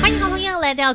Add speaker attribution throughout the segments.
Speaker 1: 欢迎好朋友来到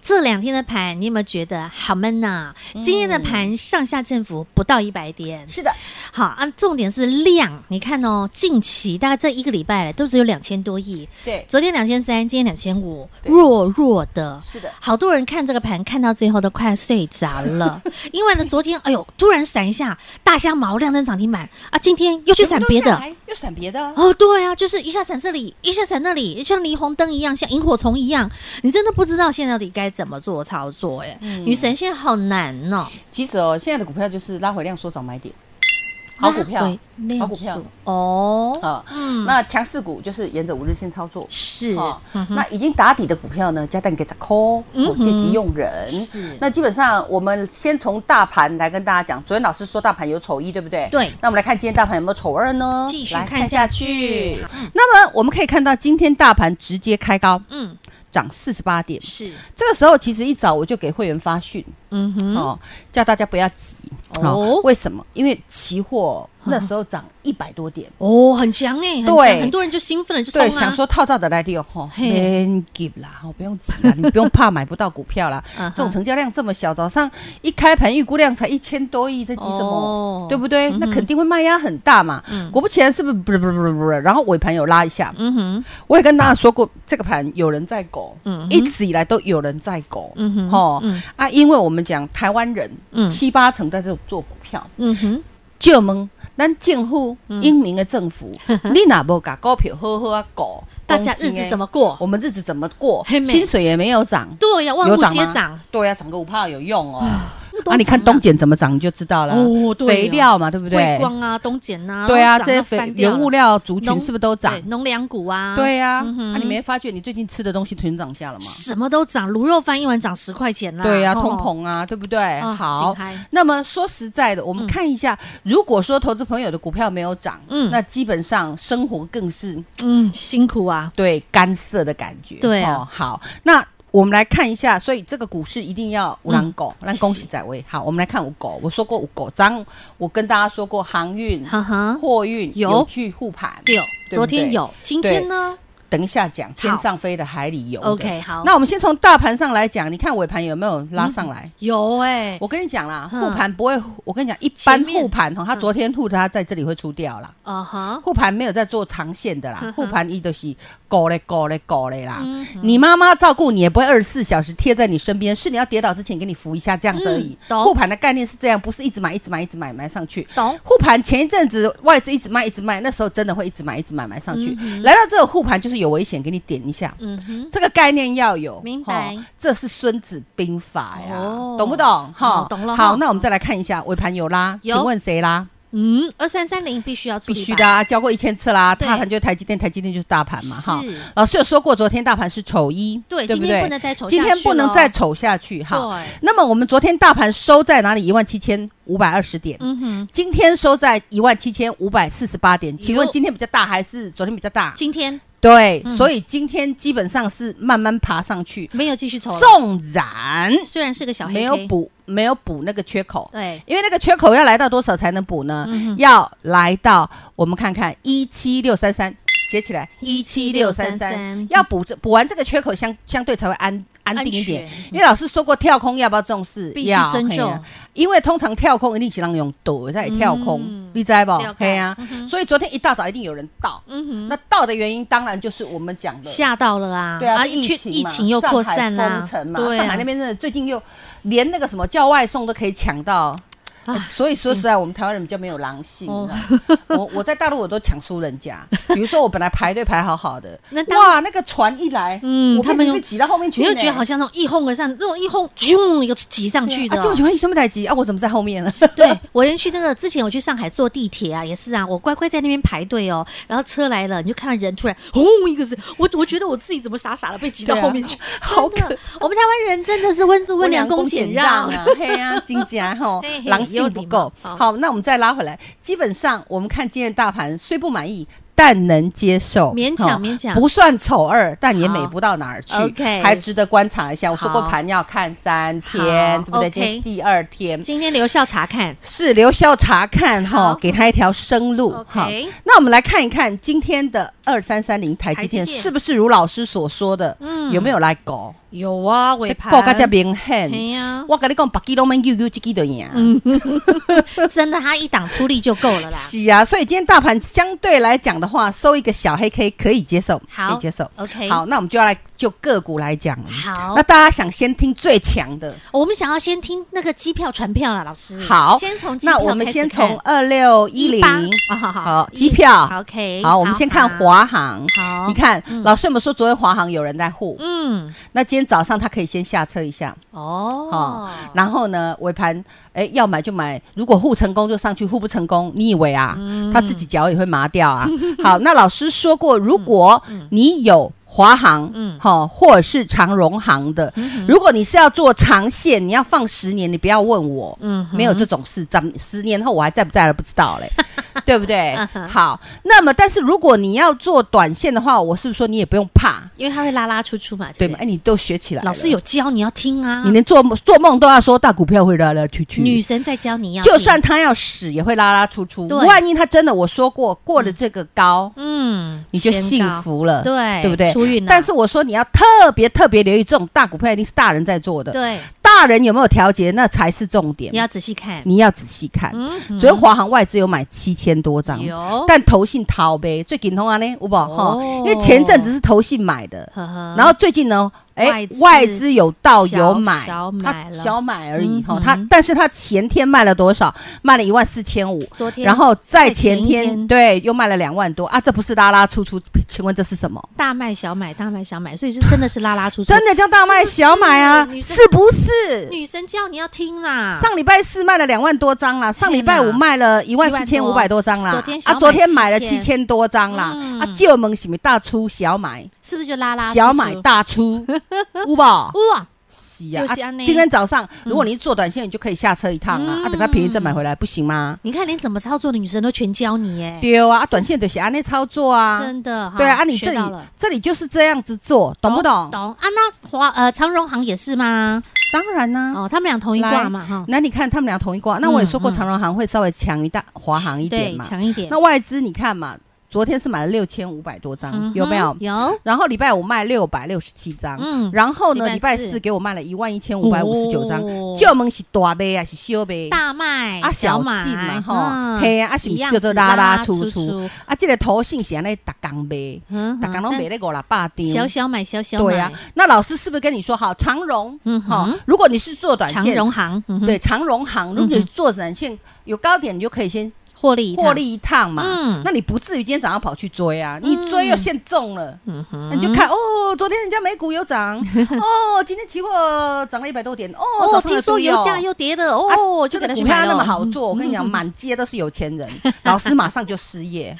Speaker 1: 这两天的盘，你有没有觉得好闷呐、今天的盘上下振幅不到一百点，
Speaker 2: 是的，
Speaker 1: 好啊，重点是量。你看哦，近期大概这一个礼拜来都只有两千多亿，
Speaker 2: 对，
Speaker 1: 昨天两千三，今天两千五，
Speaker 2: 对
Speaker 1: 弱弱的。
Speaker 2: 是的，
Speaker 1: 好多人看这个盘看到最后都快睡着 了，因为呢，昨天哎呦突然闪一下大香毛亮灯涨停板啊，今天又去闪别
Speaker 2: 全部都
Speaker 1: 的
Speaker 2: 下。来，又闪别的啊，
Speaker 1: 哦，对啊，就是一下闪这里，一下闪那里，像霓虹灯一样，像萤火虫一样，你真的不知道现在到底该怎么做操作哎、
Speaker 2: 嗯
Speaker 1: 女神现在好难哦，
Speaker 2: 其实哦，现在的股票就是拉回量缩涨买点，
Speaker 1: 啊
Speaker 2: 好股票
Speaker 1: 拉回量
Speaker 2: 好股票
Speaker 1: 缩哦，
Speaker 2: 啊，
Speaker 1: 嗯，
Speaker 2: 那强势股就是沿着五日线操作。
Speaker 1: 是，
Speaker 2: 哦
Speaker 1: 嗯哼
Speaker 2: 那已经打底的股票呢，加蛋给它 call，
Speaker 1: 嗯
Speaker 2: 哦
Speaker 1: 哼
Speaker 2: 借机用人。
Speaker 1: 是
Speaker 2: 那基本上我们先从大盘来跟大家讲，昨天老师说大盘有丑一，对不对？
Speaker 1: 对
Speaker 2: 那我们来看今天大盘有没有丑二呢？
Speaker 1: 继续
Speaker 2: 来
Speaker 1: 看下去
Speaker 2: 那么我们可以看到，今天大盘直接开高，
Speaker 1: 嗯
Speaker 2: 涨四十八点。
Speaker 1: 是，
Speaker 2: 这个时候其实一早我就给会员发讯、
Speaker 1: 嗯哼，
Speaker 2: 哦，叫大家不要急
Speaker 1: 哦嗯
Speaker 2: 为什么？因为期货那时候涨一百多点。
Speaker 1: 哦，很强哎、很强
Speaker 2: 对
Speaker 1: 很多人就兴奋了，就冲
Speaker 2: 对，
Speaker 1: 啊，
Speaker 2: 想说套照的来利用吼，
Speaker 1: 嘿
Speaker 2: 免急啦，吼不用急啦， 你不用怕买不到股票 啦
Speaker 1: 嗯哼。
Speaker 2: 这种成交量这么小，早上一开盘预估量才一千多亿，在急什
Speaker 1: 哦
Speaker 2: 么？对不对
Speaker 1: 嗯哼？
Speaker 2: 那肯定会卖压很大嘛
Speaker 1: 嗯。
Speaker 2: 果不其然，是不是？不不不不不，然后尾盘有拉一下。
Speaker 1: 嗯哼，
Speaker 2: 我也跟大家说过，这个盘有人在拱
Speaker 1: 嗯哼，
Speaker 2: 一直以来都有人在拱
Speaker 1: 嗯哼，
Speaker 2: 吼
Speaker 1: 嗯
Speaker 2: 啊，因为我们讲台湾人
Speaker 1: 嗯
Speaker 2: 七八成在这做股票。
Speaker 1: 嗯哼，
Speaker 2: 借问咱政府、
Speaker 1: 嗯
Speaker 2: 英明的 政府，你哪无把股票好好啊搞？
Speaker 1: 大家日
Speaker 2: 欸
Speaker 1: 子怎么过？
Speaker 2: 我们日子怎么过？
Speaker 1: 嘿妹
Speaker 2: 薪水也没有涨，
Speaker 1: 对呀、万
Speaker 2: 有
Speaker 1: 物
Speaker 2: 涨
Speaker 1: 皆
Speaker 2: 吗
Speaker 1: 涨，
Speaker 2: 对呀、涨个五帕有用哦。
Speaker 1: 都
Speaker 2: 啊，你看
Speaker 1: 涨啊
Speaker 2: 东碱怎么涨你就知道了，
Speaker 1: 哦对啊
Speaker 2: 肥料嘛，对不
Speaker 1: 汇
Speaker 2: 对？
Speaker 1: 光啊，东碱呐、
Speaker 2: 对啊，
Speaker 1: 都
Speaker 2: 这
Speaker 1: 涨
Speaker 2: 些
Speaker 1: 到
Speaker 2: 肥
Speaker 1: 翻掉
Speaker 2: 原
Speaker 1: 了
Speaker 2: 物料族群
Speaker 1: 农
Speaker 2: 是不是都涨
Speaker 1: 对？农粮股啊，
Speaker 2: 对呀，
Speaker 1: 嗯哼
Speaker 2: 啊，你没发觉你最近吃的东西全涨价了吗？
Speaker 1: 什么都涨，卤肉饭一碗涨十块钱啦。
Speaker 2: 对呀，
Speaker 1: 吼
Speaker 2: 通膨啊，对不对？
Speaker 1: 啊
Speaker 2: 好
Speaker 1: 紧，嗨
Speaker 2: 那么说实在的，我们看一下，如果说投资朋友的股票没有涨，
Speaker 1: 嗯
Speaker 2: 那基本上生活更是
Speaker 1: 嗯，辛苦啊，
Speaker 2: 对干涩的感觉。哦
Speaker 1: 对啊
Speaker 2: 好，那我们来看一下，所以这个股市一定要五
Speaker 1: 嗯
Speaker 2: 狼狗，那、恭喜仔威。好，我们来看五狗，我说过五狗，张我跟大家说过航运、
Speaker 1: 哈哈，
Speaker 2: 嗯货运
Speaker 1: 有
Speaker 2: 有去护盘，
Speaker 1: 六，
Speaker 2: 对
Speaker 1: 昨天有，今天呢
Speaker 2: 等一下讲天上飞的、海里游的。
Speaker 1: ？OK，好，
Speaker 2: 那我们先从大盘上来讲，你看尾盘有没有拉上来？
Speaker 1: 有哎，
Speaker 2: 我跟你讲啦，
Speaker 1: 嗯
Speaker 2: 护盘不会，我跟你讲，一般
Speaker 1: 前面嗯
Speaker 2: 护盘哈，它昨天护的，它在这里会出掉啦。
Speaker 1: 啊哈，
Speaker 2: 护盘没有在做长线的
Speaker 1: 嗯哼
Speaker 2: 啦，护盘一都是搞嘞搞嘞搞嘞啦
Speaker 1: 嗯。
Speaker 2: 你妈妈照顾你也不会二十四小时贴在你身边，是你要跌倒之前给你扶一下这样子而已
Speaker 1: 嗯。懂
Speaker 2: 护盘的概念是这样，不是一直买一直买一直买买上去。
Speaker 1: 懂，
Speaker 2: 护盘前一阵子外资一直卖一直卖，那时候真的会一直买一直买买上去
Speaker 1: 嗯。哼
Speaker 2: 来到这个护盘就是有危险，给你点一下。
Speaker 1: 嗯哼，
Speaker 2: 这个概念要有，
Speaker 1: 明白
Speaker 2: 齁这是《孙子兵法》呀
Speaker 1: 哦，
Speaker 2: 懂不懂？
Speaker 1: 哦懂了
Speaker 2: 好
Speaker 1: 齁，
Speaker 2: 那我们再来看一下尾盘有拉，
Speaker 1: 有
Speaker 2: 请问谁拉？
Speaker 1: 嗯，二三三零必须要处
Speaker 2: 必
Speaker 1: 理，
Speaker 2: 须的，啊，教过一千次啦。
Speaker 1: 对
Speaker 2: 大盘就是台积电，台积电就是大盘嘛，哈
Speaker 1: 是。
Speaker 2: 老师有说过，昨天大盘是丑一，
Speaker 1: 对，
Speaker 2: 对
Speaker 1: 今
Speaker 2: 不
Speaker 1: 天不
Speaker 2: 对？
Speaker 1: 能再丑下去
Speaker 2: 今
Speaker 1: 咯，
Speaker 2: 天不能再丑下去，哈。
Speaker 1: 对，
Speaker 2: 那么我们昨天大盘收在哪里？一万七千五百二十点。
Speaker 1: 嗯哼，
Speaker 2: 今天收在一万七千五百四十八点，请问
Speaker 1: 哟
Speaker 2: 今天比较大还是昨天比较大？
Speaker 1: 今天
Speaker 2: 对，
Speaker 1: 嗯
Speaker 2: 所以今天基本上是慢慢爬上去，
Speaker 1: 没有继续丑了，
Speaker 2: 纵然
Speaker 1: 虽然是哦个小黑
Speaker 2: 没有
Speaker 1: K，
Speaker 2: 补没有补那个缺口，
Speaker 1: 对，
Speaker 2: 因为那个缺口要来到多少才能补呢？
Speaker 1: 嗯
Speaker 2: 要来到我们看看一七六三三，写起来一七六三
Speaker 1: 17633
Speaker 2: 三，要补这补完这个缺口相相对才会安安定一点
Speaker 1: 安。
Speaker 2: 因为老师说过，跳空要不要重视？
Speaker 1: 必须
Speaker 2: 要
Speaker 1: 尊
Speaker 2: 嘿
Speaker 1: 重
Speaker 2: 啊因为通常跳空一定是让用躲在跳空，
Speaker 1: 嗯
Speaker 2: 你知道不
Speaker 1: 了？解
Speaker 2: 嘿呀、
Speaker 1: 嗯哼
Speaker 2: 所以昨天一大早一定有人到，
Speaker 1: 嗯哼，
Speaker 2: 那到的原因当然就是我们讲的。
Speaker 1: 吓到了啊，
Speaker 2: 对啊，
Speaker 1: 一
Speaker 2: 疫
Speaker 1: 去
Speaker 2: 情嘛
Speaker 1: 疫情又
Speaker 2: 上海
Speaker 1: 扩散啦啊
Speaker 2: 封城，嘛，
Speaker 1: 对啊，
Speaker 2: 上海那边真的最近又连那个什么叫外送都可以抢到呃所以说实在，我们台湾人比较没有狼性。
Speaker 1: 啊哦
Speaker 2: 你知道我我在大陆我都抢输 人家，比如说我本来排队排好好的
Speaker 1: 那，大陆
Speaker 2: 哇，那个船一来，
Speaker 1: 嗯
Speaker 2: 我
Speaker 1: 他们
Speaker 2: 变成被挤到后面去
Speaker 1: 你
Speaker 2: 呢，
Speaker 1: 会觉得好像那种一哄而上，那种一哄咻一个挤上去
Speaker 2: 啊，
Speaker 1: 的。
Speaker 2: 这么啊喜欢什么代级啊？我怎么在后面了？
Speaker 1: 对我连去那个之前我去上海坐地铁啊，也是啊，我乖乖在那边排队哦，然后车来了，你就看到人突然轰一个字，我我觉得我自己怎么傻傻的被挤到
Speaker 2: 对啊
Speaker 1: 后面去，
Speaker 2: 好
Speaker 1: 真的，我们台湾人真的是温度温良恭俭让。
Speaker 2: 啊， 嘿呀，金家吼
Speaker 1: 嘿，嘿
Speaker 2: 狼性不够。
Speaker 1: 有礼貌好
Speaker 2: 好，那我们再拉回来，基本上我们看今天大盘虽不满意。但能接受，
Speaker 1: 勉强
Speaker 2: 哦
Speaker 1: 勉强
Speaker 2: 不算丑二，但也
Speaker 1: 好
Speaker 2: 美不到哪儿去
Speaker 1: OK
Speaker 2: 还值得观察一下。我说过
Speaker 1: 好
Speaker 2: 盘要看三
Speaker 1: 好
Speaker 2: 天，对不对？
Speaker 1: OK
Speaker 2: 今天是第二天，
Speaker 1: 今天留校查看，
Speaker 2: 是留校查看
Speaker 1: 好
Speaker 2: 哈，给他一条生路
Speaker 1: OK
Speaker 2: 哈。那我们来看一看今天的二三三零台积
Speaker 1: 台
Speaker 2: 电
Speaker 1: 积电
Speaker 2: 是不是如老师所说的，
Speaker 1: 嗯
Speaker 2: 有没有来搞？
Speaker 1: 有啊，尾
Speaker 2: 这
Speaker 1: 盘
Speaker 2: 报价这明显，
Speaker 1: 哎呀，
Speaker 2: 我跟你讲，百基拢免救救，这基就赢。
Speaker 1: 真的，他一档出力就够了啦。
Speaker 2: 是啊，所以今天大盘相对来讲的话，收一个小黑 K 可以接受，
Speaker 1: 好
Speaker 2: 可以接受。
Speaker 1: OK，
Speaker 2: 好，，那我们就要来就个股来讲了。
Speaker 1: 好
Speaker 2: 那，大家想先听最强的，
Speaker 1: 哦我们想要先听那个机票传票啦，老师。
Speaker 2: 好
Speaker 1: 嗯先从机票
Speaker 2: 那我们
Speaker 1: 开始
Speaker 2: 先
Speaker 1: 看
Speaker 2: 从二六一零，
Speaker 1: 18啊好好
Speaker 2: 好
Speaker 1: 一
Speaker 2: 机票。
Speaker 1: OK，
Speaker 2: 好，我们先看。华
Speaker 1: 哎
Speaker 2: 航。
Speaker 1: 好，
Speaker 2: 你，看
Speaker 1: 嗯，
Speaker 2: 老师有没有说昨天华航有人在护？
Speaker 1: 嗯，
Speaker 2: 那今天早上他可以先下车一下，
Speaker 1: 哦
Speaker 2: 哦，然后呢，尾盘哎要买就买，如果护成功就上去，护不成功，你以为啊，
Speaker 1: 嗯
Speaker 2: 他自己脚也会麻 掉啊？好，那老师说过，如果你有华航，
Speaker 1: 嗯
Speaker 2: 嗯，好，或者是长荣航的，如果你是要做长线，你要放十年，你不要问我，
Speaker 1: 嗯哼
Speaker 2: 没有这种事，咱们十年后我还在不在了不知道 嘞，对不对
Speaker 1: 嗯哼？
Speaker 2: 好，那么但是如果你要做短线的话，我是不是说你也不用怕，
Speaker 1: 因为他会拉拉出出嘛，
Speaker 2: 对
Speaker 1: 不
Speaker 2: 吗？哎，你都学起来了，
Speaker 1: 老师有教你要听啊，
Speaker 2: 你连做梦做梦都要说大股票会拉拉去去，
Speaker 1: 女神在教你要听，
Speaker 2: 就算它要死也会拉拉出出。
Speaker 1: 对
Speaker 2: 万一它真的我说过过了这个高，
Speaker 1: 嗯，
Speaker 2: 你就
Speaker 1: 先
Speaker 2: 幸
Speaker 1: 告，
Speaker 2: 福了，
Speaker 1: 对
Speaker 2: 对不对
Speaker 1: 出运啊了，
Speaker 2: 但是我说你要特别特别留意，这种大股票一定是大人在做的，
Speaker 1: 对，
Speaker 2: 大人有没有调节那才是重点
Speaker 1: 你，要仔细看，
Speaker 2: 你要仔细看。
Speaker 1: 嗯哼
Speaker 2: 昨天华航外资有买七千多张。
Speaker 1: 有，
Speaker 2: 但投信逃呗，最近通啊呢，有宝哈，
Speaker 1: 哦
Speaker 2: 因为前阵子是投信买的，
Speaker 1: 呵呵
Speaker 2: 然后最近呢，
Speaker 1: 嗯外
Speaker 2: 哎
Speaker 1: 资，
Speaker 2: 外资有到有买，
Speaker 1: 小小买了
Speaker 2: 他小买而已
Speaker 1: 嗯
Speaker 2: 哈
Speaker 1: 哼。
Speaker 2: 他但是他前天卖了多少？卖了一万四千五，
Speaker 1: 昨天
Speaker 2: 然后
Speaker 1: 在
Speaker 2: 在前
Speaker 1: 前
Speaker 2: 天
Speaker 1: 天
Speaker 2: 对又卖了两万多啊，这不是拉拉出出？请问这是什么？
Speaker 1: 大卖小买，大卖小买，所以是真的是拉拉出出，
Speaker 2: 真的叫大卖小买
Speaker 1: 是
Speaker 2: 啊？
Speaker 1: 不是
Speaker 2: 是不是？
Speaker 1: 女神教你要听啦，
Speaker 2: 上礼拜四卖了两万多张啦，上礼拜
Speaker 1: 嘿
Speaker 2: 五
Speaker 1: 啦
Speaker 2: 卖了一万四千五百
Speaker 1: 14,500
Speaker 2: 多张啦
Speaker 1: 昨天，小
Speaker 2: 啊，
Speaker 1: 买
Speaker 2: 昨天买了
Speaker 1: 7000
Speaker 2: 七千多张啦
Speaker 1: 嗯，
Speaker 2: 啊，旧盟什么大出小买，
Speaker 1: 是不是就拉拉出出
Speaker 2: 小买大出， 有宝。
Speaker 1: 哇，
Speaker 2: 是啊，
Speaker 1: 就
Speaker 2: 啊
Speaker 1: 是安内
Speaker 2: 今天早上如果你是做短线，你就可以下车一趟啊
Speaker 1: 嗯，
Speaker 2: 啊，等它便宜再买回来，不行吗？
Speaker 1: 你看连怎么操作的女生都全教你耶，
Speaker 2: 对啊，啊，短线就是安内操作啊，
Speaker 1: 哎真的哈
Speaker 2: 对啊，啊，你
Speaker 1: 学
Speaker 2: 这里
Speaker 1: 到了
Speaker 2: 这里就是这样子做，懂不懂？
Speaker 1: 懂啊？那华呃长荣行也是吗？
Speaker 2: 当然啦，
Speaker 1: 哦，他们俩同一
Speaker 2: 来
Speaker 1: 挂嘛哈，
Speaker 2: 那你看他们俩同一挂，那我也说过
Speaker 1: 嗯嗯
Speaker 2: 长荣行会稍微强于大华航一点
Speaker 1: 对，
Speaker 2: 嘛，
Speaker 1: 强一点。
Speaker 2: 那外资你看嘛，昨天是买了六千五百多
Speaker 1: 嗯
Speaker 2: 张
Speaker 1: 哼，
Speaker 2: 有没有？
Speaker 1: 有，
Speaker 2: 然后礼拜五卖六百六十七张，
Speaker 1: 嗯
Speaker 2: 然后呢，
Speaker 1: 礼
Speaker 2: 礼
Speaker 1: 拜
Speaker 2: 拜
Speaker 1: 四
Speaker 2: 四给我卖了一万一千五百五十九张
Speaker 1: 哦，
Speaker 2: 旧盟是大杯啊，是小杯。
Speaker 1: 大麦
Speaker 2: 啊，小
Speaker 1: 买
Speaker 2: 进嘛
Speaker 1: 嗯
Speaker 2: 吼，嘿啊，啊是不
Speaker 1: 一样
Speaker 2: 是叫做拉拉出出？
Speaker 1: 出，
Speaker 2: 啊，这个投信是安尼逐工卖，
Speaker 1: 嗯
Speaker 2: 逐工拢
Speaker 1: 但
Speaker 2: 卖咧五六百张。
Speaker 1: 小小买小小买，
Speaker 2: 对啊，那老师是不是跟你说好长荣？
Speaker 1: 嗯
Speaker 2: 好
Speaker 1: 哼，
Speaker 2: 如果你是做短
Speaker 1: 长
Speaker 2: 线，
Speaker 1: 荣行，嗯哼嗯
Speaker 2: 对长荣行，如果你做短线有高点，你就可以先
Speaker 1: 获利一趟
Speaker 2: 获，利一趟嘛。
Speaker 1: 嗯
Speaker 2: 那你不至于今天早上跑去追啊，你一追又现中了，
Speaker 1: 嗯哼
Speaker 2: 那你就看哦，昨天人家美股 有涨，哦，今天期货涨了一百多点，哦，
Speaker 1: 哦，
Speaker 2: 早上
Speaker 1: 听
Speaker 2: 的
Speaker 1: 说
Speaker 2: 都
Speaker 1: 油
Speaker 2: 有
Speaker 1: 价又跌了，
Speaker 2: 啊
Speaker 1: 哦，就
Speaker 2: 这
Speaker 1: 给他
Speaker 2: 个股
Speaker 1: 去
Speaker 2: 票
Speaker 1: 买嗯
Speaker 2: 那么
Speaker 1: 了
Speaker 2: 好做，我跟你讲，满街都是有钱人，老师马上就失 业，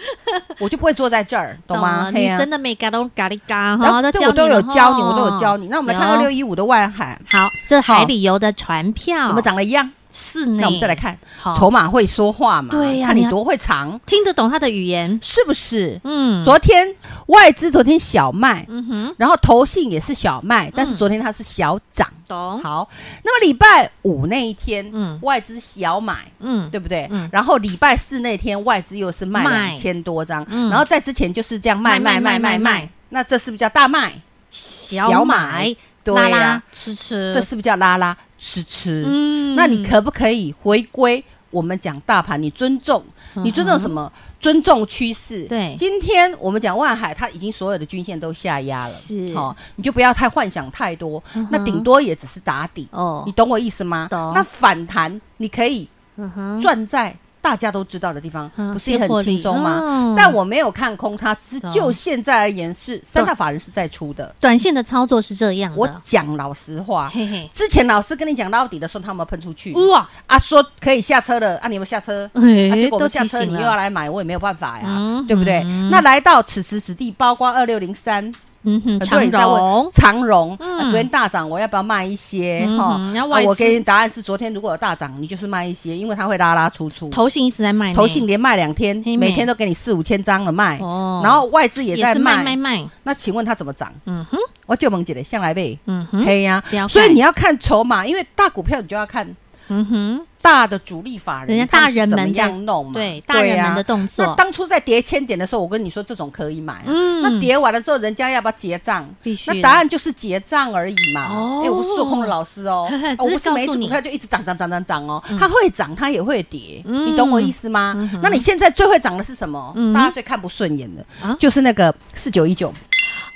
Speaker 2: 我就不会坐在这儿，懂吗？
Speaker 1: 了
Speaker 2: 嘿
Speaker 1: 女
Speaker 2: 呀
Speaker 1: 生的美嘎都嘎哩嘎
Speaker 2: 然
Speaker 1: 哈，
Speaker 2: 后对
Speaker 1: 教
Speaker 2: 我都
Speaker 1: 你
Speaker 2: 有
Speaker 1: 了
Speaker 2: 教你，
Speaker 1: 哈
Speaker 2: 我都有教你。那我们来看二
Speaker 1: 有
Speaker 2: 六一五的万海，
Speaker 1: 好，这
Speaker 2: 好
Speaker 1: 海里游的船票，
Speaker 2: 我们长得一样，
Speaker 1: 是呢。
Speaker 2: 那我们再来看
Speaker 1: 好，
Speaker 2: 筹码会说话嘛？
Speaker 1: 嗯哦对呀
Speaker 2: 看
Speaker 1: 你
Speaker 2: 你
Speaker 1: 要
Speaker 2: 多会藏，
Speaker 1: 听得懂他的语言，
Speaker 2: 是不是？
Speaker 1: 嗯，
Speaker 2: 昨天外资昨天小卖，
Speaker 1: 嗯哼，
Speaker 2: 然后投信也是小卖，但是昨天它是小涨。
Speaker 1: 懂，
Speaker 2: 好，那么礼拜五那一天，
Speaker 1: 哦嗯
Speaker 2: 外资小买，
Speaker 1: 嗯，
Speaker 2: 对不对？
Speaker 1: 嗯
Speaker 2: 然后礼拜四那天外资又是卖
Speaker 1: 卖
Speaker 2: 两千多张，
Speaker 1: 嗯
Speaker 2: 然后在之前就是这样卖
Speaker 1: 卖卖
Speaker 2: 卖卖卖
Speaker 1: 卖卖
Speaker 2: 卖，那这是不是叫大卖？
Speaker 1: 小
Speaker 2: 小
Speaker 1: 买
Speaker 2: 买，对
Speaker 1: 拉拉
Speaker 2: 呀
Speaker 1: 吃吃，
Speaker 2: 这是不是叫拉拉吃吃？
Speaker 1: 嗯
Speaker 2: 那你可不可以回归我们讲大盘？你尊重，
Speaker 1: 嗯哼
Speaker 2: 你尊重什么？尊重趋势。
Speaker 1: 对
Speaker 2: 今天我们讲万海，它已经所有的均线都下压了，
Speaker 1: 是
Speaker 2: 哦，你就不要太幻想太多
Speaker 1: 嗯哼，
Speaker 2: 那顶多也只是打底。
Speaker 1: 哦
Speaker 2: 你懂我意思吗？
Speaker 1: 懂
Speaker 2: 那反弹你可以
Speaker 1: 嗯哼，
Speaker 2: 赚在大家都知道的地方，
Speaker 1: 嗯
Speaker 2: 不是也很轻松
Speaker 1: 跌
Speaker 2: 吗？
Speaker 1: 破里哦
Speaker 2: 但我没有看空它，只是
Speaker 1: 懂
Speaker 2: 就现在而言是三大法人是在出的。
Speaker 1: 短线的操作是这样
Speaker 2: 我
Speaker 1: 的，
Speaker 2: 讲老实话，
Speaker 1: 嘿嗯嘿，
Speaker 2: 之前老师跟你讲到底的时候，他有没有喷出去
Speaker 1: 哇，
Speaker 2: 啊？说可以下车了啊？你有没有下车？
Speaker 1: 哎
Speaker 2: 啊，结果我
Speaker 1: 都
Speaker 2: 们下
Speaker 1: 提
Speaker 2: 车，
Speaker 1: 醒
Speaker 2: 你又要
Speaker 1: 了，
Speaker 2: 来买，我也没有办法呀
Speaker 1: 嗯，
Speaker 2: 对不对？那来到此时此地，包括二六零三，
Speaker 1: 嗯哼，
Speaker 2: 很多
Speaker 1: 长
Speaker 2: 人在问
Speaker 1: 荣，
Speaker 2: 长荣，
Speaker 1: 嗯
Speaker 2: 啊昨天大涨，我要不要卖一些？
Speaker 1: 嗯
Speaker 2: 哈
Speaker 1: 哼，然
Speaker 2: 啊
Speaker 1: 后外资
Speaker 2: 我给你答案是，昨天如果有大涨，你就是卖一些，因为它会拉拉出出。
Speaker 1: 投信一直在卖呢，
Speaker 2: 投信连卖两天
Speaker 1: 哎嘿，
Speaker 2: 每
Speaker 1: 妹
Speaker 2: 天都给你四五千张了卖，
Speaker 1: 哦
Speaker 2: 然后外资也在
Speaker 1: 是
Speaker 2: 卖。
Speaker 1: 卖卖，
Speaker 2: 那请问它怎么涨？
Speaker 1: 嗯哼，
Speaker 2: 我就问姐的向来呗，
Speaker 1: 嗯哼，
Speaker 2: 嘿呀
Speaker 1: 了，解
Speaker 2: 所以你要看筹码，因为大股票你就要看
Speaker 1: 嗯哼，
Speaker 2: 大的主力法人，
Speaker 1: 人家
Speaker 2: 他
Speaker 1: 大
Speaker 2: 是
Speaker 1: 人
Speaker 2: 怎么
Speaker 1: 们在
Speaker 2: 样弄嘛，
Speaker 1: 对，大人
Speaker 2: 呀
Speaker 1: 们的动
Speaker 2: 啊那
Speaker 1: 作，
Speaker 2: 当初在跌千点的时候，我跟你说这种可以买啊，
Speaker 1: 嗯
Speaker 2: 那跌完了之后，人家要不要结账？
Speaker 1: 必须
Speaker 2: 那答案就是结账而已嘛。
Speaker 1: 哦
Speaker 2: 哎、我不是做空的老师哦，
Speaker 1: 呵呵 只
Speaker 2: 啊
Speaker 1: 是
Speaker 2: 我不是每一
Speaker 1: 告
Speaker 2: 只
Speaker 1: 诉你
Speaker 2: 股票就一直涨涨涨涨涨哦，它会涨，它也会跌，
Speaker 1: 嗯
Speaker 2: 你懂我意思吗？那你现在最会涨的是什么？
Speaker 1: 嗯
Speaker 2: 大家最看不顺眼的，
Speaker 1: 啊
Speaker 2: 就是那个四九一九，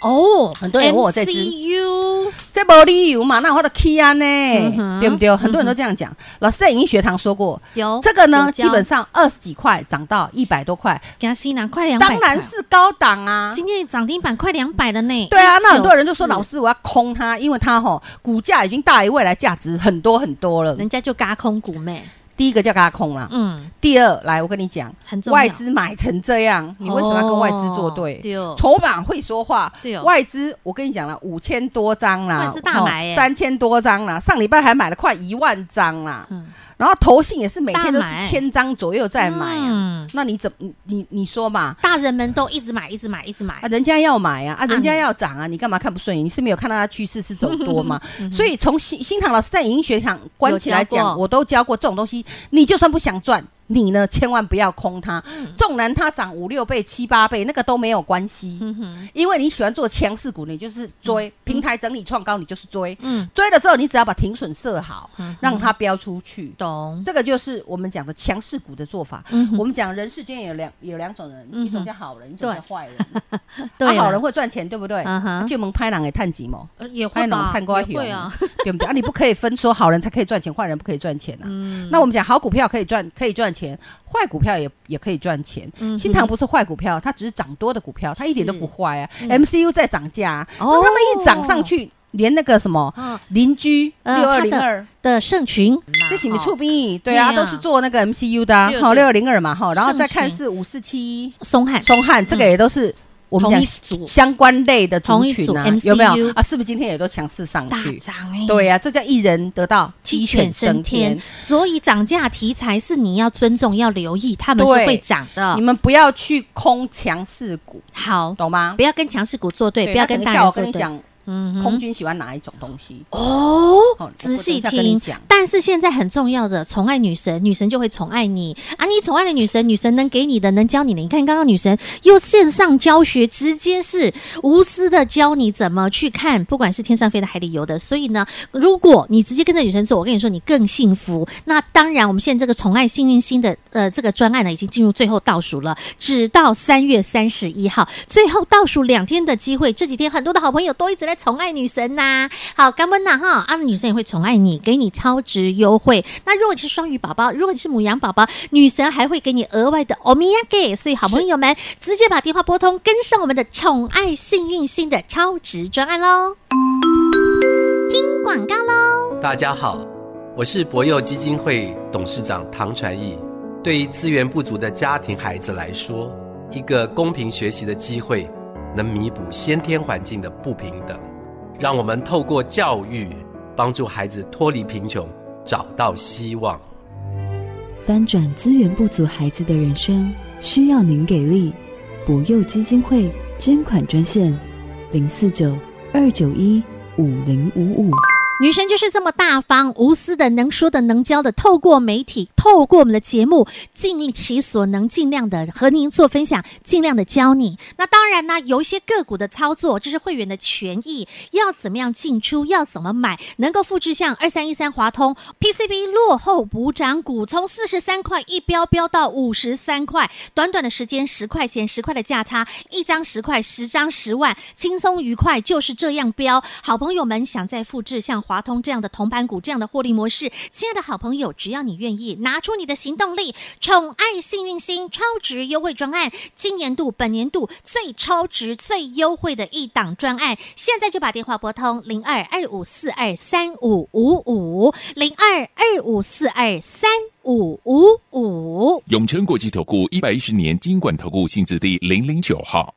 Speaker 1: 哦，
Speaker 2: 很多人问我这只
Speaker 1: MCU
Speaker 2: 这没理由嘛，那我的 key 啊呢，
Speaker 1: 嗯哼
Speaker 2: 对不对？很多人都这样讲。老师在影音学堂说过，
Speaker 1: 有
Speaker 2: 这个呢，
Speaker 1: 有
Speaker 2: 基
Speaker 1: 教
Speaker 2: 本上二十几块涨到一百多块，
Speaker 1: 给他吸拿快两百，
Speaker 2: 当然是高档啊。
Speaker 1: 今天涨停板快两百了呢。
Speaker 2: 对啊，那很多人就说
Speaker 1: 194
Speaker 2: 老，师我要空它，因为它吼股价已经大于未来价值很多很多了。
Speaker 1: 人家就嘎空股妹，
Speaker 2: 第一个叫给它空了，
Speaker 1: 嗯，
Speaker 2: 第二来我跟你讲，
Speaker 1: 很重要。
Speaker 2: 外资买成这样，你为什么要跟外资作
Speaker 1: 哦
Speaker 2: 对？
Speaker 1: 对哦，
Speaker 2: 筹码会说话
Speaker 1: 对哦，
Speaker 2: 外资我跟你讲了，五千多张啦，哦
Speaker 1: 外资大买耶
Speaker 2: 三千多张啦，上礼拜还买了快一万张 啦，
Speaker 1: 嗯
Speaker 2: 然后投信也是每天都
Speaker 1: 大买
Speaker 2: 是千张左右在买啊，
Speaker 1: 嗯
Speaker 2: 那你怎么你你你说嘛？
Speaker 1: 大人们都一直买，一直买，一直买
Speaker 2: 啊，。人家要买啊，啊，人家
Speaker 1: 你
Speaker 2: 要涨啊，你干嘛看不顺眼？你是没有看到它趋势是走 多吗？所以从新新唐老师在影音学堂关起来
Speaker 1: 嗯有教
Speaker 2: 讲，
Speaker 1: 过
Speaker 2: 我都教过这种东西，你就算不想赚。你呢，千万不要空它。
Speaker 1: 嗯
Speaker 2: 纵然它涨五六倍、七八倍，那个都没有关系，
Speaker 1: 嗯哼，
Speaker 2: 因为你喜欢做强势股，你就是追、平台整理创高，你就是追。
Speaker 1: 嗯，
Speaker 2: 追了之后，你只要把停损设好，
Speaker 1: 嗯哼
Speaker 2: 让它飙出去。
Speaker 1: 懂。
Speaker 2: 这个就是我们讲的强势股的做法。
Speaker 1: 嗯哼
Speaker 2: 我们讲人世间有两有两种人，
Speaker 1: 嗯哼
Speaker 2: 一种叫好人，一种
Speaker 1: 对
Speaker 2: 叫坏人。
Speaker 1: 对
Speaker 2: 啊、好
Speaker 1: 了
Speaker 2: 人会赚钱，对不对？
Speaker 1: 嗯哼
Speaker 2: 就蒙拍狼给探几毛，
Speaker 1: 呃也
Speaker 2: 拍
Speaker 1: 会
Speaker 2: 狼
Speaker 1: 吧，
Speaker 2: 探瓜
Speaker 1: 也会啊。，
Speaker 2: 哦对不对？啊，你不可以分说好人才可以赚钱，坏人不可以赚钱啊。
Speaker 1: 嗯
Speaker 2: 那我们讲好股票可以赚，可以赚钱，坏股票也也可以赚钱。
Speaker 1: 嗯哼
Speaker 2: 新塘不是坏股票，它只是涨多的股票，它一点都不坏啊。MCU 在涨价、啊，
Speaker 1: 哦
Speaker 2: 那他们一涨上去，连那个什么
Speaker 1: 嗯
Speaker 2: 邻居
Speaker 1: 呃
Speaker 2: 六二零二。
Speaker 1: 的盛群，
Speaker 2: 这是你
Speaker 1: 哦
Speaker 2: 出兵，对
Speaker 1: 对啊
Speaker 2: 啊，都是做那个 MCU 的啊，
Speaker 1: 对
Speaker 2: 好
Speaker 1: 对
Speaker 2: 六零二嘛，哈，然后再看
Speaker 1: 盛
Speaker 2: 是五四七一，
Speaker 1: 松汉，嗯
Speaker 2: 松汉这个也都是我
Speaker 1: 同
Speaker 2: 们讲
Speaker 1: 一组
Speaker 2: 相关类的族群啊
Speaker 1: 同一，组
Speaker 2: 有没
Speaker 1: MCU
Speaker 2: 有啊？是不是今天也都强势上
Speaker 1: 大
Speaker 2: 去？
Speaker 1: 涨哎，
Speaker 2: 对呀、啊这叫一人得道，
Speaker 1: 鸡犬升天，。所以涨价题材是你要尊重、要留意，他们是
Speaker 2: 对
Speaker 1: 会涨的
Speaker 2: 啊你。们不要去空强势股，
Speaker 1: 好，
Speaker 2: 懂吗？
Speaker 1: 不要跟强势股作对，不要
Speaker 2: 那
Speaker 1: 跟
Speaker 2: 等一
Speaker 1: 大
Speaker 2: 下
Speaker 1: 人
Speaker 2: 我
Speaker 1: 作
Speaker 2: 跟你
Speaker 1: 对。
Speaker 2: 讲，
Speaker 1: 嗯哼
Speaker 2: 空军喜欢哪一种东西？好
Speaker 1: 哦
Speaker 2: 我，
Speaker 1: 仔细
Speaker 2: 等一下跟你
Speaker 1: 听
Speaker 2: 讲。
Speaker 1: 但是现在很重要的，宠爱女神，女神就会宠爱你啊！你宠爱了女神，女神能给你的，能教你的。你看刚刚女神用线上教学，直接是无私的教你怎么去看，不管是天上飞的、海里游的。所以呢，如果你直接跟着女神走，我跟你说，你更幸福。那当然，我们现在这个宠爱幸运星的呃这个专案呢，已经进入最后倒数了，直到三月三十一号，最后倒数两天的机会。这几天很多的好朋友都一直在宠爱女神呐、好，干温呐哈，啊，女神也会宠爱你，给你超值优惠。那如果你是双鱼宝宝，如果你是母羊宝宝，女神还会给你额外的 o m i g a 所以好朋友们直接把电话拨通，跟上我们的宠爱幸运星的超值专案喽。听广告喽。
Speaker 3: 大家好，我是博幼基金会董事长唐传义。对于资源不足的家庭孩子来说，一个公平学习的机会，能弥补先天环境的不平等。让我们透过教育，帮助孩子脱离贫穷，找到希望。
Speaker 4: 翻转资源不足孩子的人生，需要您给力。博幼基金会捐款专线：零四九二九一五零五五。
Speaker 1: 女神就是这么大方、无私的，能说的、能教的，透过媒体，透过我们的节目，尽其所能，尽量的和您做分享，尽量的教你。那当然呢，有一些个股的操作，这是会员的权益，要怎么样进出，要怎么买，能够复制像二三一三华通 PCB 落后补涨股，从四十三块一标标到五十三块，短短的时间十块钱，十块的价差，一张十块，十张十万，轻松愉快就是这样标。好朋友们想再复制像华通这样的铜板股这样的获利模式，亲爱的好朋友，只要你愿意，哪拿出你的行动力，宠爱幸运星超值优惠专案，今年度本年度最超值、最优惠的一档专案，现在就把电话拨通零二二五四二三五五五零二二五四二三五五五。
Speaker 5: 永诚国际投顾一百一十年金管投顾性质第零零九号。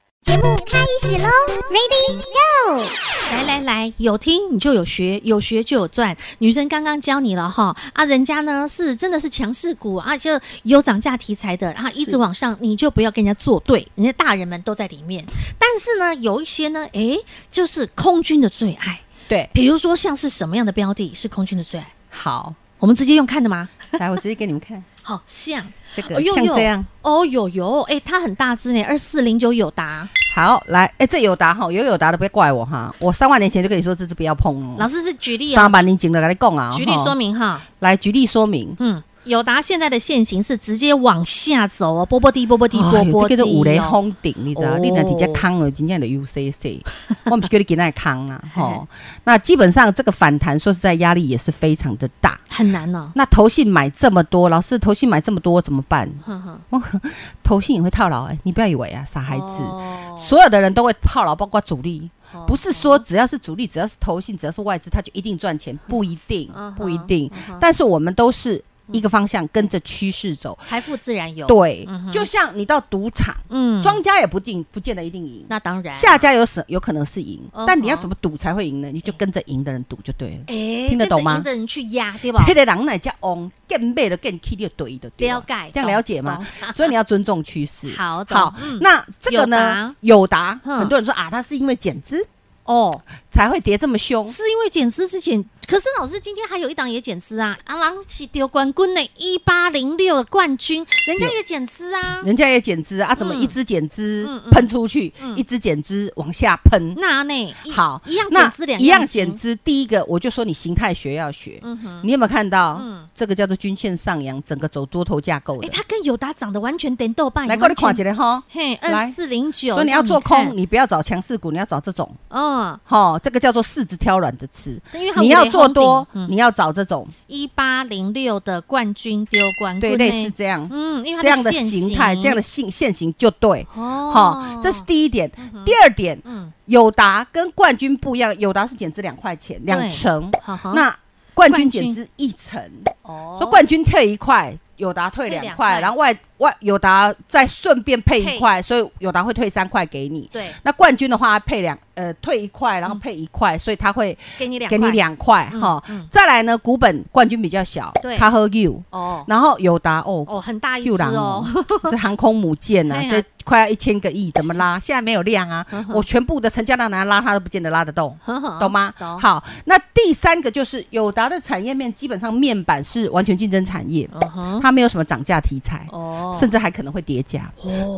Speaker 1: 来来来，有听你就有学，有学就有赚。女生刚刚教你了哈啊，人家呢是真的是强势股啊，就有涨价题材的，然、后一直往上，你就不要跟人家作对，人家大人们都在里面。但是呢，有一些呢，诶，就是空军的最爱，
Speaker 2: 对，
Speaker 1: 比如说像是什么样的标的是空军的最爱？
Speaker 2: 好，
Speaker 1: 我们直接用看的吗？
Speaker 2: 来，我直接给你们看
Speaker 1: 好像
Speaker 2: 这个
Speaker 1: 哦，呦
Speaker 2: 像
Speaker 1: 呦
Speaker 2: 这样。
Speaker 1: 哦，有有，诶，它很大只呢，二四零九友达。
Speaker 2: 好，来，哎，这友达哈，有友达的不要怪我哈，我三万年前就跟你说这只不要碰哦。
Speaker 1: 老师是举例
Speaker 2: 三
Speaker 1: 哦，
Speaker 2: 万年前就跟你讲啊，
Speaker 1: 举例
Speaker 2: 吼
Speaker 1: 说，明哈。
Speaker 2: 来举例说明，
Speaker 1: 嗯，友达现在的现行是直接往下走哦，波波低，波波低，波
Speaker 2: 哎呦
Speaker 1: 波低、
Speaker 2: 这叫
Speaker 1: 哦。
Speaker 2: 做五雷轰顶，你知道？
Speaker 1: 哦
Speaker 2: 你若直接扛了，真正的 UCC，我们是叫你给那 扛啦，啊吼。那基本上这个反弹，说实在压力也是非常的大。
Speaker 1: 很难哦。
Speaker 2: 那投信买这么多，老师投信买这么多怎么办？
Speaker 1: 哼哼，
Speaker 2: 投信也会套牢哎、你不要以为啊，傻孩子，
Speaker 1: 哦
Speaker 2: 所有的人都会套牢，包括主力。
Speaker 1: 哦
Speaker 2: 不是说只要是主力，只要是投信，只要是外资，他就一定赚钱，不一定
Speaker 1: 嗯，哼
Speaker 2: 不一定
Speaker 1: 嗯哼。
Speaker 2: 但是我们都是一个方向，跟着趋势走。
Speaker 1: 财富自然有。，
Speaker 2: 对
Speaker 1: 嗯哼，
Speaker 2: 就像你到赌场，
Speaker 1: 嗯，
Speaker 2: 庄家也不定不见得一定赢，
Speaker 1: 那当然
Speaker 2: 下家有什有可能是赢
Speaker 1: 嗯哼，
Speaker 2: 但你要怎么赌才会赢呢？你就跟着赢的人赌就对 了。
Speaker 1: 哎，
Speaker 2: 听得懂吗
Speaker 1: 跟着人去压，对吧？
Speaker 2: 黑的狼奶加翁，更背的更 K 就对的，对
Speaker 1: 了
Speaker 2: 了
Speaker 1: 解，
Speaker 2: 这样了解吗
Speaker 1: 懂？。
Speaker 2: 所以你要尊重趋势
Speaker 1: 好懂
Speaker 2: 好
Speaker 1: 嗯，
Speaker 2: 那这个呢？友达，
Speaker 1: 嗯
Speaker 2: 很多人说啊，它是因为减资
Speaker 1: 哦，
Speaker 2: 才会跌这么凶。
Speaker 1: 是因为减资之前，可是老师今天还有一档也减资啊，阿郎是丢冠军呢，一八零六的冠军，人家也减资啊。
Speaker 2: 人家也减资啊，怎么
Speaker 1: 嗯
Speaker 2: 一只减资
Speaker 1: 嗯嗯
Speaker 2: 喷出去
Speaker 1: 嗯，
Speaker 2: 一只减资往下喷？
Speaker 1: 那呢？一
Speaker 2: 好，
Speaker 1: 一样
Speaker 2: 那
Speaker 1: 减资，两
Speaker 2: 一样
Speaker 1: 行
Speaker 2: 减。资。第一个我就说你形态学要学，
Speaker 1: 嗯哼，
Speaker 2: 你有没有看到
Speaker 1: 嗯？
Speaker 2: 这个叫做均线上扬，整个走多头架构
Speaker 1: 哎，
Speaker 2: 的。
Speaker 1: 它跟友达长得完全点豆瓣，
Speaker 2: 来，
Speaker 1: 过
Speaker 2: 过你看起来哈，
Speaker 1: 嘿，二
Speaker 2: 来
Speaker 1: 四零九，
Speaker 2: 所以你要做
Speaker 1: 看
Speaker 2: 空，，你不要找强势股，你要找这种
Speaker 1: 嗯，
Speaker 2: 哈，这个叫做柿子挑软的吃。
Speaker 1: 因为它
Speaker 2: 你要做多，
Speaker 1: 你
Speaker 2: 你要找这种
Speaker 1: 一八零六的冠军丢冠
Speaker 2: 对
Speaker 1: 军
Speaker 2: 类
Speaker 1: 呢
Speaker 2: 似，这样
Speaker 1: 嗯，因为它
Speaker 2: 这样的
Speaker 1: 现
Speaker 2: 形态，这样的性现形就对。
Speaker 1: 哦，
Speaker 2: 好，这是第一点。第二点，
Speaker 1: 嗯，
Speaker 2: 友达跟冠军不一样，友达是减资两块钱，两成。
Speaker 1: 好好，
Speaker 2: 那冠
Speaker 1: 冠军
Speaker 2: 军减资一成，
Speaker 1: 哦
Speaker 2: 说冠军退一块，友达退
Speaker 1: 退两
Speaker 2: 两
Speaker 1: 块
Speaker 2: 块，然后外外友达再顺便配
Speaker 1: 配
Speaker 2: 一块，所以友达会退三块给你。
Speaker 1: 对，
Speaker 2: 那冠军的话配两呃退一块，然后配一块，所以他会
Speaker 1: 嗯给你两
Speaker 2: 给你
Speaker 1: 块
Speaker 2: 两块
Speaker 1: 嗯
Speaker 2: 哈
Speaker 1: 嗯。
Speaker 2: 再来呢，股本冠军比较小
Speaker 1: 对，
Speaker 2: 他喝 you，
Speaker 1: 哦
Speaker 2: 然后友达哦
Speaker 1: 哦，很大一
Speaker 2: 救
Speaker 1: 只
Speaker 2: 人
Speaker 1: 哦
Speaker 2: 哦，， 这航空母舰呐、
Speaker 1: 哎
Speaker 2: 啊，
Speaker 1: 呀
Speaker 2: 这快要一千个亿，怎么拉？现在没有量啊，我全部的成交量拿来拉，它都不见得拉得动。
Speaker 1: 呵呵
Speaker 2: 懂吗？
Speaker 1: 懂，
Speaker 2: 好，那第三个就是友达的产业面，基本上面板是完全竞争产业，
Speaker 1: 嗯哼，
Speaker 2: 它没有什么涨价题材，
Speaker 1: 哦，
Speaker 2: 甚至还可能会叠加。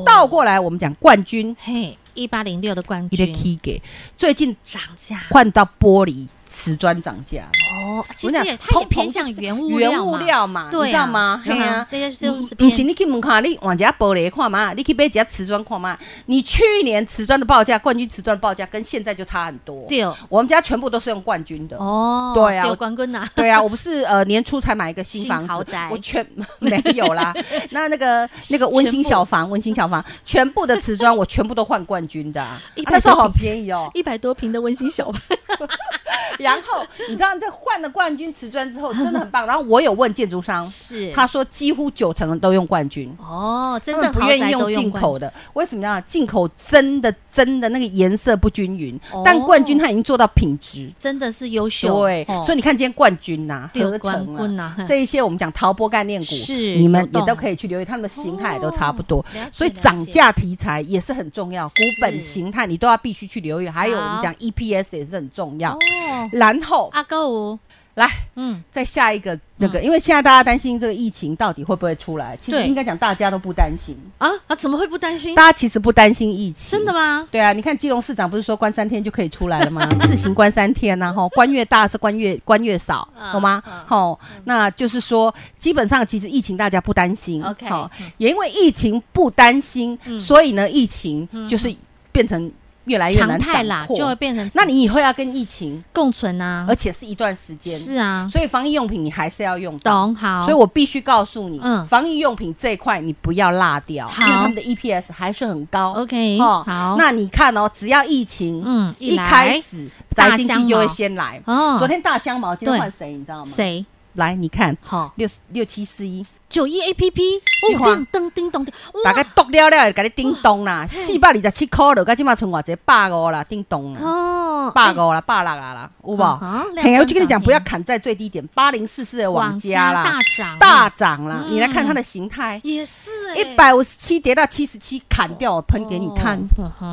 Speaker 2: 倒过来，我们讲冠军，
Speaker 1: 嘿，一八零六的冠
Speaker 2: 一个
Speaker 1: 军
Speaker 2: key 给最近
Speaker 1: 涨价
Speaker 2: 换到玻璃瓷砖涨价了，
Speaker 1: 哦，其
Speaker 2: 我
Speaker 1: 实
Speaker 2: 讲
Speaker 1: 也它也
Speaker 2: 通膨
Speaker 1: 偏
Speaker 2: 就
Speaker 1: 向
Speaker 2: 是
Speaker 1: 原物
Speaker 2: 原
Speaker 1: 料
Speaker 2: 物
Speaker 1: 嘛，
Speaker 2: 料嘛，你
Speaker 1: 对
Speaker 2: 知
Speaker 1: 啊
Speaker 2: 道吗？嘿
Speaker 1: 嗯
Speaker 2: 啊
Speaker 1: 哼，这些就是
Speaker 2: 不是
Speaker 1: 偏
Speaker 2: 你去门看，你往一下玻璃看嘛，你去买一下瓷砖看嘛。你去年瓷砖的报价，冠军瓷砖的报价跟现在就差很多。
Speaker 1: 对哦
Speaker 2: 我们家全部都是用冠军的。
Speaker 1: 哦，
Speaker 2: 对啊
Speaker 1: 丢
Speaker 2: 我
Speaker 1: 冠军 呐，
Speaker 2: 对啊，我不是呃年初才买一个新房
Speaker 1: 新
Speaker 2: 子，
Speaker 1: 豪宅
Speaker 2: 我全 没有啦。那 那个那个温馨小房，温馨小房，全部的瓷砖我全部都换冠军的、啊
Speaker 1: 一
Speaker 2: 啊
Speaker 1: 百
Speaker 2: 那时候
Speaker 1: 多。
Speaker 2: 好便宜哦
Speaker 1: 一百多平的温馨 小吧，
Speaker 2: 然后你知道，这换了冠军瓷砖之后，真 的很棒。然后我有问建筑商，
Speaker 1: 是
Speaker 2: 他说几乎九成人都用冠军。
Speaker 1: 哦，真
Speaker 2: 他
Speaker 1: 正
Speaker 2: 们不
Speaker 1: 豪
Speaker 2: 愿意
Speaker 1: 宅都
Speaker 2: 用进
Speaker 1: 用
Speaker 2: 口的，为什么呢？进口真的真的那个颜色不均匀，
Speaker 1: 哦
Speaker 2: 但冠军它已经做到品质。
Speaker 1: 真的是优秀，
Speaker 2: 对，
Speaker 1: 哦
Speaker 2: 所以你看今天冠军呐、
Speaker 1: 对
Speaker 2: 合
Speaker 1: 冠
Speaker 2: 成
Speaker 1: 军
Speaker 2: 啊，
Speaker 1: 啊，
Speaker 2: 这一些我们讲淘波概念股，
Speaker 1: 是
Speaker 2: 你们
Speaker 1: 有
Speaker 2: 也
Speaker 1: 动啊哦
Speaker 2: 都可以去留意，他们的形态也都差不多。
Speaker 1: 了解
Speaker 2: 所以涨价题材也是很重要，股本形态你都要必须去留意。还有
Speaker 1: 好
Speaker 2: 我们讲 EPS 也是很重要
Speaker 1: 了。解哦，
Speaker 2: 然后
Speaker 1: 阿高五，
Speaker 2: 来
Speaker 1: 嗯，
Speaker 2: 再下一个那个，因为现在大家担心这个疫情到底会不会出来，其实
Speaker 1: 对
Speaker 2: 应该讲大家都不担心，
Speaker 1: 啊啊，怎么会不担心？
Speaker 2: 大家其实不担心疫情，
Speaker 1: 真的吗？
Speaker 2: 对啊，你看基隆市长不是说关三天就可以出来了吗？ 自行关三天呐、啊，吼，关越大是关越关越少
Speaker 1: 嗯，
Speaker 2: 懂吗
Speaker 1: 嗯？
Speaker 2: 吼，那就是说，基本上其实疫情大家不担心
Speaker 1: OK，嗯
Speaker 2: 吼也因为疫情不担心，所以呢，疫情就是变成。越来越
Speaker 1: 嗯常
Speaker 2: 难
Speaker 1: 态
Speaker 2: 掌
Speaker 1: 啦，
Speaker 2: 握
Speaker 1: 就会变成
Speaker 2: 那你以后要跟疫情，
Speaker 1: 共存啊
Speaker 2: 而，且是一段时间，
Speaker 1: 是啊，
Speaker 2: 所以防疫用品你还是要用到。
Speaker 1: 懂好，
Speaker 2: 所以我必须告诉你，
Speaker 1: 嗯
Speaker 2: 防疫用品这一块你不要落掉，
Speaker 1: 好
Speaker 2: 因为他们的 EPS 还是很高。
Speaker 1: OK
Speaker 2: 哦
Speaker 1: 好，
Speaker 2: 那你看哦，只要疫情，
Speaker 1: 嗯一
Speaker 2: 一
Speaker 1: 来
Speaker 2: 开始
Speaker 1: 大
Speaker 2: 宅经
Speaker 1: 香
Speaker 2: 济就会
Speaker 1: 茅
Speaker 2: 先来。
Speaker 1: 哦，
Speaker 2: 昨天大香茅，今天
Speaker 1: 对
Speaker 2: 换谁，你知道吗？？
Speaker 1: 谁
Speaker 2: 来，你看
Speaker 1: 好
Speaker 2: 六六七四一，
Speaker 1: 九一 A P P，
Speaker 2: 你看
Speaker 1: 哦，叮叮咚叮，
Speaker 2: 大概剁了了，给你叮咚啦，
Speaker 1: 嗯
Speaker 2: 四百二十七块了，到即马剩偌济百五啦，叮咚啦，
Speaker 1: 哦，
Speaker 2: 百五啦，百六啦啦，有无？
Speaker 1: 啊哈
Speaker 2: 嘿，我就跟你
Speaker 1: 亮灯
Speaker 2: 讲，
Speaker 1: 涨停
Speaker 2: 不要砍在最低点，八零四四的网
Speaker 1: 网
Speaker 2: 家啦
Speaker 1: 家大，涨
Speaker 2: 大涨啦，
Speaker 1: 嗯
Speaker 2: 你来看它的形态，
Speaker 1: 也是哎
Speaker 2: 一百五十七跌到七十七，砍掉我喷给你
Speaker 1: 哦
Speaker 2: 看。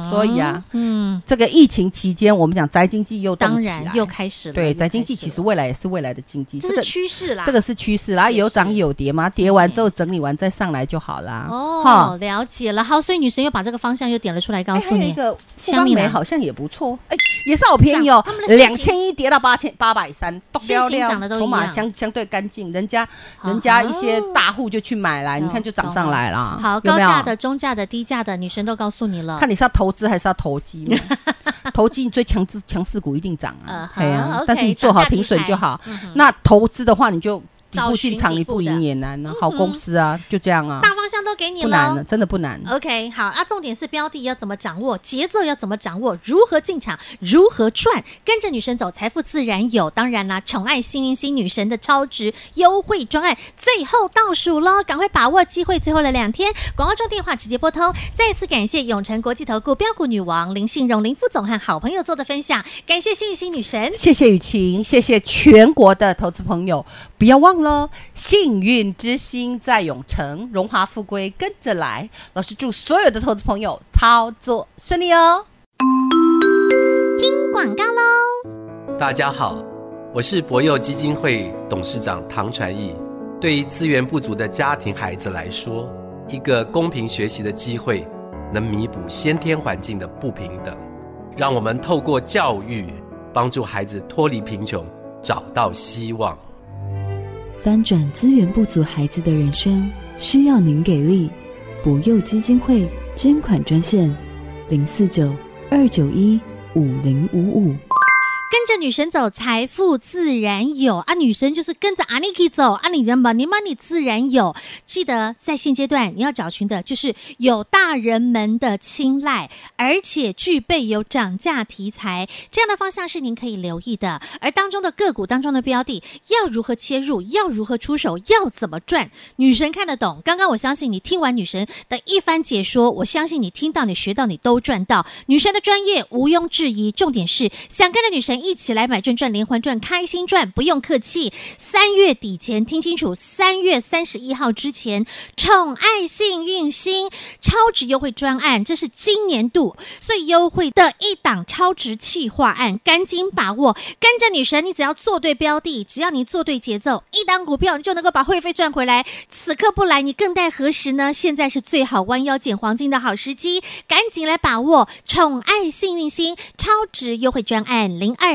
Speaker 2: 所以啊，
Speaker 1: 嗯，
Speaker 2: 这个疫情期间，我们讲宅经济又动
Speaker 1: 当
Speaker 2: 起来
Speaker 1: 然又开始了，
Speaker 2: 对
Speaker 1: 又
Speaker 2: 宅
Speaker 1: 开
Speaker 2: 经济，
Speaker 1: 始
Speaker 2: 其实
Speaker 1: 了
Speaker 2: 未来也是未来的经济，
Speaker 1: 这
Speaker 2: 个
Speaker 1: 是趋势啦，
Speaker 2: 这个是趋势啦，
Speaker 1: 也
Speaker 2: 有
Speaker 1: 是
Speaker 2: 涨有跌嘛，跌完之后整理完再上来就好啦。
Speaker 1: 哦
Speaker 2: 啊哈，
Speaker 1: 了解了，好，所以女神又把这个方向又点了出来，告
Speaker 2: 哎
Speaker 1: 诉
Speaker 2: 还有一
Speaker 1: 你，
Speaker 2: 个富
Speaker 1: 香
Speaker 2: 邦
Speaker 1: 蜜
Speaker 2: 梅
Speaker 1: 兰
Speaker 2: 好像也不错，哎，也是好便宜哦
Speaker 1: 涨他们，的现
Speaker 2: 两
Speaker 1: 行
Speaker 2: 千一跌到八千八百三，
Speaker 1: 现行涨得都一
Speaker 2: 筹码
Speaker 1: 样
Speaker 2: 相相对干净，人家人家一些
Speaker 1: 哦
Speaker 2: 大户就去买来，你
Speaker 1: 懂
Speaker 2: 看就涨上来啦。
Speaker 1: 好，
Speaker 2: 有
Speaker 1: 高
Speaker 2: 没啊有
Speaker 1: 价的、中价的、低价的，女神都告诉你了
Speaker 2: 看。你是要投资还是要投机 嘛？投机你最强势强势股一定涨
Speaker 1: 嗯
Speaker 2: 啊，
Speaker 1: 哼
Speaker 2: 对啊
Speaker 1: OK，，
Speaker 2: 但是你做好
Speaker 1: 涨价
Speaker 2: 停损
Speaker 1: 题材
Speaker 2: 就好
Speaker 1: 嗯哼。
Speaker 2: 那投资的话，你就底
Speaker 1: 找
Speaker 2: 部
Speaker 1: 寻
Speaker 2: 进场，
Speaker 1: 底
Speaker 2: 你
Speaker 1: 部
Speaker 2: 不
Speaker 1: 的哦
Speaker 2: 赢也难啊。好公司啊，就这样啊，
Speaker 1: 大方向都给你
Speaker 2: 不难的，
Speaker 1: 了。
Speaker 2: 真的不难。
Speaker 1: OK，好啊，重点是标的要怎么掌握，节奏要怎么掌握，如何进场，如何赚，跟着女神走，财富自然有。当然啦，宠爱幸运星女神的超值优惠专案最后倒数喽，赶快把握机会，最后的两天，广告中电话直接拨通。再次感谢永诚国际投顾标股女王林信荣林副总和好朋友做的分享，感谢幸运星女神。
Speaker 2: 谢谢雨晴，谢谢全国的投资朋友，不要忘了，幸运之星在永城，荣华富贵跟着来。老师祝所有的投资朋友操作顺利哦。
Speaker 1: 广告喽。
Speaker 3: 大家好，我是博幼基金会董事长唐传义。对于资源不足的家庭孩子来说，一个公平学习的机会，能弥补先天环境的不平等。让我们透过教育，帮助孩子脱离贫穷，找到希望。
Speaker 4: 翻转资源不足孩子的人生，需要您给力。博幼基金会捐款专线：零四九二九一五零五五。
Speaker 1: 跟着女神走，财富自然有啊！女神就是跟着 Aniki 走，啊，你人 money money 自然有。记得在现阶段你要找寻的就是有大人们的青睐，而且具备有涨价题材这样的方向是您可以留意的。而当中的个股当中的标的要如何切入，要如何出手，要怎么赚，女神看得懂。刚刚我相信你听完女神的一番解说，我相信你听到、你学到、你都赚到。女神的专业毋庸置疑，重点是想跟着女神一起来买赚赚、连环赚、开心赚，不用客气。三月底前听清楚，三月三十一号之前，宠爱幸运星超值优惠专案，这是今年度最优惠的一档超值企划案，赶紧把握，跟着女神，你只要做对标的，只要你做对节奏，一档股票你就能够把会费赚回来。此刻不来，你更待何时呢？现在是最好弯腰捡黄金的好时机，赶紧来把握宠爱幸运星超值优惠专案零二